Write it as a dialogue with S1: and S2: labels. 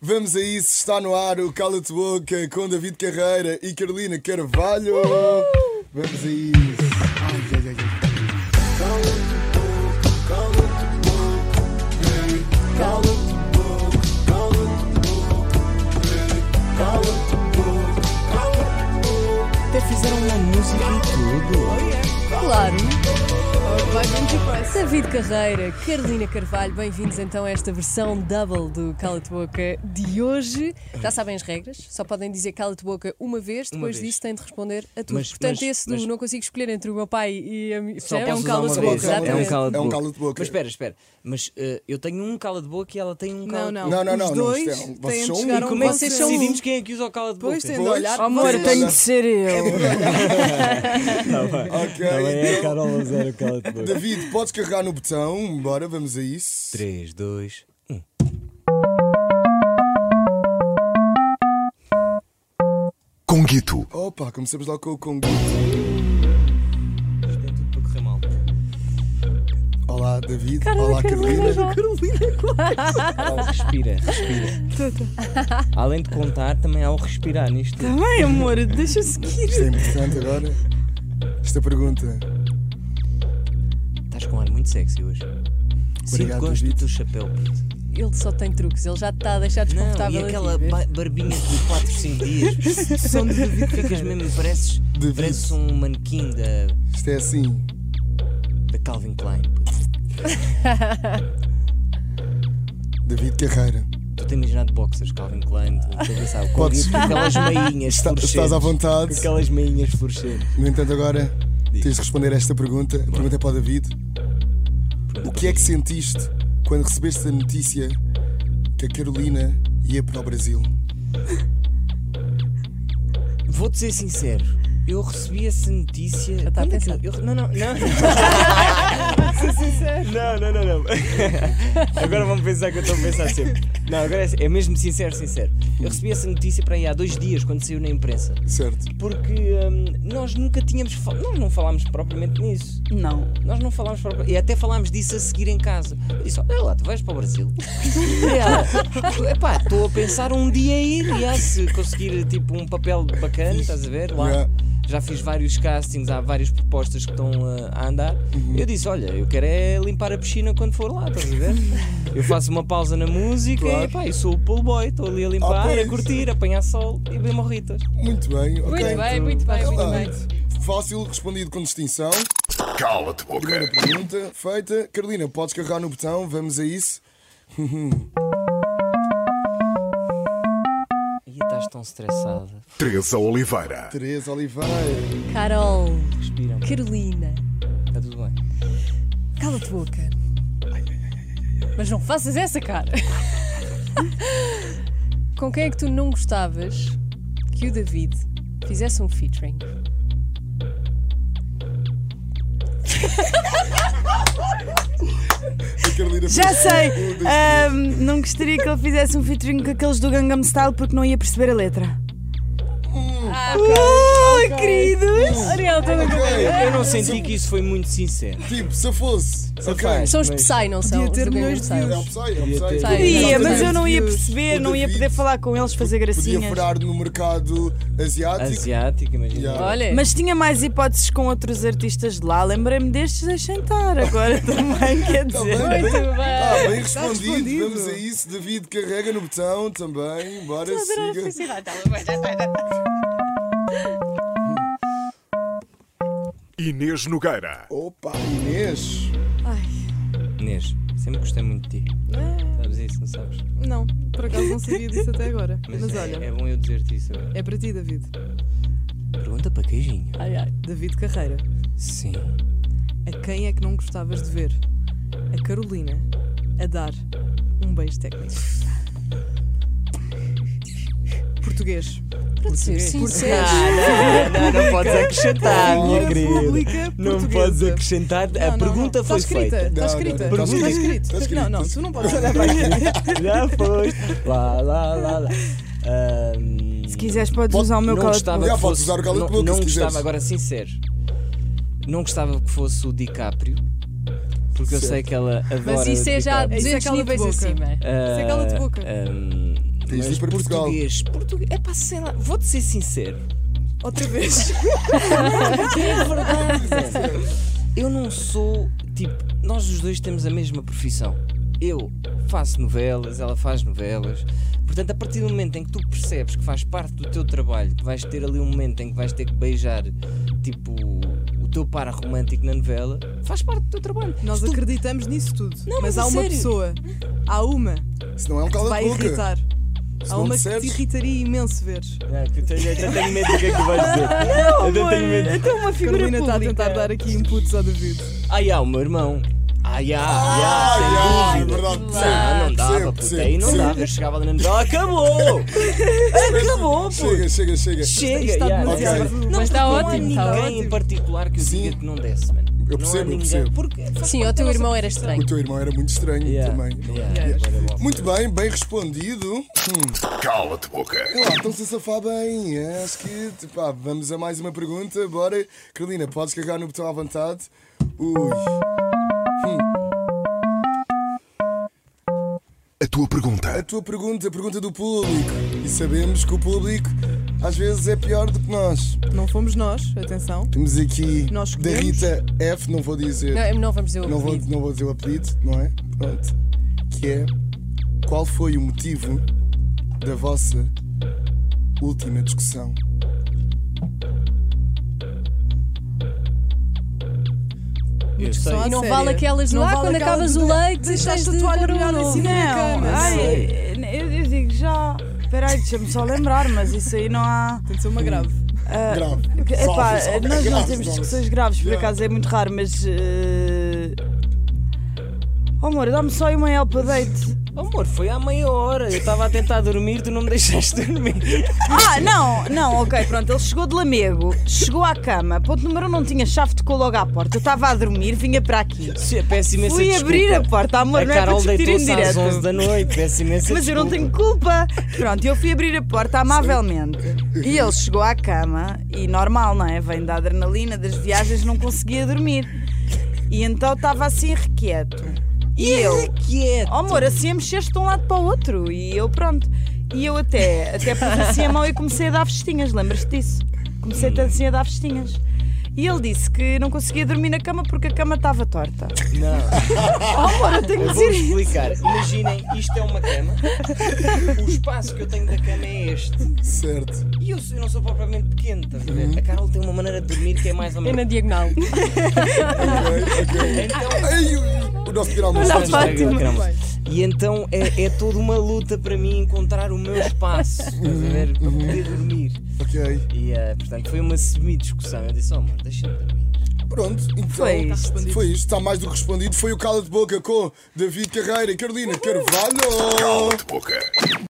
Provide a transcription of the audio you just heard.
S1: Vamos a isso, está no ar o Cala-te Boca com David Carreira e Carolina Carvalho. Vamos a isso. Ai, ai, ai, ai.
S2: Até fizeram uma música e tudo.
S3: Claro,
S4: Vai muito depressa.
S3: David Carreira, Carolina Carvalho, bem-vindos então a esta versão double do Cala-te Boca de hoje. Já sabem as regras, só podem dizer Cala-te Boca uma vez, depois
S2: vez.
S3: disso têm de responder a tudo.
S2: Mas-
S3: Portanto,
S2: mas-
S3: esse do
S2: mas-
S3: não consigo escolher entre o meu pai e a minha.
S2: Só
S3: é
S2: posso
S3: um
S2: usar uma
S3: cala-te
S2: vez. É
S3: boca,
S2: um
S3: exatamente.
S2: cala de
S1: É um
S2: boca.
S1: cala-de-boca.
S2: Mas espera, espera. Mas eh, eu tenho um cala de boca e ela tem um cala
S4: Não,
S2: de
S1: Não,
S4: não.
S1: não, não,
S4: Os
S1: não,
S4: dois
S1: isto é um- vocês
S4: têm
S1: são
S4: de
S1: um.
S4: chegar a um
S2: Como é que
S3: vocês
S4: consenso.
S3: são um.
S2: decidimos quem é que usa o cala de boca?
S4: Pois têm de
S1: Pois.
S4: olhar.
S1: Oh,
S3: Amor,
S4: vocês-
S3: tenho de ser eu.
S1: Ok,
S2: é a
S1: então,
S2: Carol a usar o cala de boca.
S1: David, podes carregar no botão, bora, vamos a isso.
S2: 3, 2,
S5: Conguito.
S1: Opa, começamos logo com o Congo.
S2: Isto é tudo para correr mal.
S1: Olá, David. Olá, Carolina.
S2: Respira, respira. Além de contar, também há o respirar nisto.
S4: Também, amor, deixa seguir.
S1: Isto é importante agora. Esta pergunta.
S2: Estás com um ar muito sexy hoje. Sinto
S1: Obrigado,
S2: gosto do
S1: David.
S2: teu chapéu. puto.
S3: é- Ele só tem truques, ele já te está a
S2: Não,
S3: deixar
S2: e
S3: desconfortável. aqui,
S2: aquela
S3: vês?
S2: ba- barbinha de 4, 5 dias. São de David Ficas mesmo, pareces,
S1: David.
S2: pareces um manequim da,
S1: Isto é assim.
S2: da Calvin Klein. puto.
S1: David Carreira.
S2: Tu tens imaginado boxers, Calvin Klein, tu tu sabe, com
S1: Podes-
S2: com aquelas meinhas
S1: Está-
S2: fluorescentes.
S1: estás à vontade.
S2: Com aquelas meinhas fluorescentes.
S1: No entanto, agora tens de responder a esta pergunta. A pergunta é para o David. O que é que sentiste quando recebeste a notícia que a Carolina ia para o Brasil?
S2: Vou-te ser sincero, eu recebi essa notícia.
S3: Já está a
S2: Quando é que
S3: pensar.
S2: eu- eu- Não, não, não. Vou ser sincero. Não, não, não, não. Agora vão pensar que eu estou a pensar sempre. Não, agora é, é mesmo sincero, sincero. Eu recebi essa notícia para aí há dois dias, quando saiu na imprensa.
S1: Certo.
S2: Porque hum, nós nunca tínhamos. fal- Nós não falámos propriamente nisso.
S4: Não.
S2: Nós não falámos para E até falámos disso a seguir em casa. Eu disse: Olha lá, tu vais para o Brasil. E ela, Epá, estou a pensar um dia ir. E ah, se conseguir tipo um papel bacana, estás a ver? Lá.
S1: Yeah.
S2: Já fiz vários castings, há várias propostas que estão uh, a andar.
S1: Uhum.
S2: Eu disse: Olha, eu quero é limpar a piscina quando for lá, estás a ver? Eu faço uma pausa na música e
S1: Claro. Ah,
S2: pá, eu sou o pool boy, estou ali a limpar, a
S1: pois.
S2: curtir, a apanhar sol e beber morritas.
S1: Muito bem.
S3: Muito
S1: ok.
S3: bem, muito bem, muito
S1: Ah,
S3: bem.
S1: Fácil, respondido com distinção.
S5: Cala-te, boca.
S1: Primeira pergunta feita. Carolina, podes carregar no botão, vamos a isso.
S2: E estás tão estressada.
S5: Teresa Oliveira.
S1: Teresa Oliveira.
S3: Carol,
S2: Respira, amor.
S3: Carolina,
S2: está tudo bem.
S3: cala-te boca. Mas não faças essa cara. Com quem é que tu não gostavas que o David fizesse um featuring?
S1: A Carolina
S4: Já
S1: fez-
S4: sei.
S1: Um, dois,
S4: Ahm, não gostaria que ele fizesse um featuring com aqueles do Gangnam Style porque não ia perceber a letra.
S1: Ah,
S4: Uh, Ui, queridos!
S3: Ariel,
S6: tá
S3: toda
S1: Ok.
S2: Eu não senti que isso foi muito sincero.
S1: Tipo, se eu fosse. Ok.
S2: faz.
S3: São os
S2: Mas
S3: Psy, não são?
S4: podia ter
S3: Os do Gangnam
S4: milhões de
S3: Style.
S1: É o Psy, é o
S2: Podia
S1: Psy.
S2: ter-
S4: Podia, mas eu não ia assim,
S1: Deus.
S4: perceber,
S1: O
S4: não ia
S1: David
S4: poder falar com eles, fazer
S1: Podia
S4: gracinhas.
S1: furar no mercado asiático.
S2: Asiático, imagina.
S1: Yeah.
S3: Olha,
S4: Mas tinha mais hipóteses com outros artistas de lá. Lembrei-me destes, deixem estar agora também, quer
S1: Tá
S4: dizer.
S1: bem,
S3: Muito
S1: bem,
S3: bem.
S1: tá bem respondido.
S4: Tá respondido.
S1: Vamos a isso. David, carrega no botão também. Bora,
S3: Estou a adorar a
S1: siga.
S3: felicidade dela.
S5: Inês Nogueira.
S1: Opa, Inês.
S2: Ah. Inês, sempre gostei muito de ti. Sabes isso, não sabes?
S6: Não, por acaso não sabia disso até agora. Mas,
S2: é,
S6: olha,
S2: é bom eu dizer-te isso agora.
S6: é para ti, David.
S2: Pergunta para queijinho.
S3: Ai, ai.
S6: David Carreira.
S2: Sim.
S6: A quem é que não gostavas de ver? A Carolina. A dar um beijo técnico. Português.
S3: Para ser sincero.
S2: não, não podes acrescentar, minha
S6: Pública
S2: Não
S6: portuguesa.
S2: podes acrescentar.
S6: Não,
S2: A
S6: não,
S2: pergunta
S3: Tá
S6: não.
S2: foi
S6: Está escrita,
S2: feita.
S6: Está
S1: Não,
S6: escrita.
S1: não, não,
S6: Está
S1: está
S6: escrito.
S1: escrito. Está
S6: Não, não, tu não podes olhar para
S2: Já foste. Lá, lá, lá, lá. Ahm,
S4: Se quiseres, podes usar o meu
S2: não
S4: cala de
S2: gostava
S1: boca.
S2: que
S1: Já, podes
S2: fosse-
S1: usar o cala de
S2: não-
S1: boca
S2: Não
S1: se
S2: gostava,
S1: quiseres.
S2: agora sincero, não gostava que fosse o DiCaprio, porque eu sei que ela adora.
S3: Mas isso
S2: o
S3: é já
S2: DiCaprio.
S6: Isso é
S3: 200
S6: cala-te
S3: níveis
S6: boca.
S3: acima.
S2: Ah,
S6: é cala-te boca.
S2: ahm,
S1: Tens de
S2: Mas
S1: ir para Portugal.
S2: português, português, é pá, sei lá, vou-te ser sincero.
S6: Outra vez.
S2: Eu não sou tipo. Nós os dois temos a mesma profissão. Eu faço novelas, ela faz novelas. Portanto, a partir do momento em que tu percebes que faz parte do teu trabalho, que vais ter ali um momento em que vais ter que beijar, tipo, o teu par romântico na novela, faz parte do teu trabalho.
S6: Nós
S2: Se tu-
S6: acreditamos nisso tudo.
S2: Não, mas
S6: mas
S2: a
S6: há uma
S2: sério.
S6: pessoa. Há uma.
S1: Se não é um
S6: que te
S1: cala
S6: vai
S1: de boca.
S6: irritar.
S1: Se
S6: Há
S1: não
S6: uma que te
S1: disseres,
S6: irritaria imenso veres.
S2: Ah, que eu tenho- eu até tenho medo do que é que tu vais dizer. eu até tenho medo.
S4: Então uma
S6: A
S4: figura
S6: Carolina está
S4: pública.
S6: a tentar dar aqui inputs ao David.
S2: Ai, ah, o meu irmão. Ai, ah,
S1: Ah,
S2: ai, ah,
S1: ah,
S2: sem
S1: é
S2: dúvida.
S1: verdade,
S2: Não, não
S1: sim,
S2: dava,
S1: sim,
S2: puta,
S1: sim,
S2: aí não
S1: sim.
S2: dava. Eu chegava ali na novela, acabou! acabou, puta!
S1: Chega, chega, chega.
S2: Chega,
S6: Está
S2: yeah,
S1: demasiado.
S2: yeah.
S1: Ok.
S2: Não,
S3: Mas
S2: porque
S3: está
S2: não há
S3: ótimo,
S4: tá
S3: está
S2: ninguém em
S6: ótimo.
S2: particular que eu
S1: Sim.
S2: diga que não desse, mano.
S1: Eu
S2: não há
S1: percebo, eu
S2: ninguém.
S1: percebo.
S2: Porque faz
S3: Sim,
S2: parte
S3: ao
S2: da
S3: teu
S2: nossa
S3: irmão era
S2: profissão.
S1: O
S3: estranho.
S1: teu irmão era muito estranho
S2: Yeah.
S1: também. não é?
S2: Yeah, agora vou-
S1: Muito bem, bem respondido. Hum.
S5: Cala-te boca.
S1: Olha lá, estão-se a safar bem. Acho que pá, vamos a mais uma pergunta. Bora. Carolina, podes cagar no botão à vontade. Ui.
S5: A tua
S1: A
S5: pergunta.
S1: tua pergunta, a pergunta do público. E sabemos que o público às vezes é pior do que nós.
S6: Não fomos nós, atenção.
S1: Temos aqui
S6: Nós
S1: da
S6: escolhemos.
S1: Rita F, não vou dizer.
S3: Não, é não vamos dizer o
S1: Não vou,
S3: apelido.
S1: não vou dizer o apelido, não é? Pronto. Que é qual foi o motivo da vossa última discussão?
S2: Eu sei.
S6: Só à
S3: E não
S6: séria.
S3: vale aquelas
S6: Não
S3: lá
S6: vale
S3: quando
S6: aquela
S3: acabas
S6: de-
S3: o leite.
S6: Deixaste
S3: tens
S6: a
S3: de
S6: toalha
S3: pôr um
S6: molhada em
S3: novo.
S6: cima da
S4: Não,
S6: cama.
S4: ai, eu, eu digo já. Peraí, deixa-me só lembrar, mas isso aí não há.
S6: Tem de ser uma grave.
S4: ah,
S1: Grave.
S4: que-
S1: Salve,
S4: epá,
S1: salve,
S4: nós não
S1: grave,
S4: temos
S1: salve.
S4: discussões graves, por
S1: Yeah.
S4: acaso é muito raro, mas. eh, Oh, amor, dá-me só aí uma help a date.
S2: Oh, Amor, foi à meia hora. Eu estava a tentar dormir, tu não me deixaste dormir.
S4: Ah, não, não, ok, pronto. Ele chegou de Lamego, chegou à cama. Ponto número um, não tinha chave, tocou logo à porta. Eu estava a dormir, vinha para aqui.
S2: Sim, Peço imensa
S4: Fui
S2: desculpa.
S4: abrir a porta, amor,
S2: A
S4: não é para
S2: Carol
S4: discutir em
S2: deitou-se às
S4: direto.
S2: 11 da noite. Peço imensa
S4: Mas eu não tenho
S2: desculpa.
S4: culpa. Pronto, eu fui abrir a porta amavelmente. E ele chegou à cama e normal, não é? Vem da adrenalina das viagens, não conseguia dormir. E então estava assim requieto. E eu,
S2: Quieto.
S4: oh, amor, assim a mexeste de um lado para o outro. E eu, pronto. E eu até, até pus assim a mão e comecei a dar festinhas, lembras-te disso? Comecei assim a dar festinhas. E ele disse que não conseguia dormir na cama porque a cama estava torta.
S2: Não.
S4: Oh, amor, eu tenho que
S2: Eu vou
S4: dizer isso.
S2: explicar. Imaginem, isto é uma cama. O espaço que eu tenho da cama é este.
S1: Certo.
S2: E eu, eu não sou propriamente pequeno, estás a
S1: Uhum.
S2: ver? A Carol tem uma maneira de dormir que é mais ou
S3: É na
S2: menos.
S3: diagonal.
S1: Ok, ok. Ai, o- o nosso grau não
S2: Não
S1: está
S2: estraga a cama. E então é, é toda uma luta para mim encontrar o meu espaço, estás a ver? Para poder dormir.
S1: Ok.
S2: E eh, portanto foi uma semi-discussão. Eu disse, oh amor, deixa-me dormir.
S1: Pronto, então
S4: Foi isto. Está
S1: foi isto, está mais do que respondido. Foi o Cala de Boca com David Carreira e Carolina Carvalho.
S5: Cala-te boca.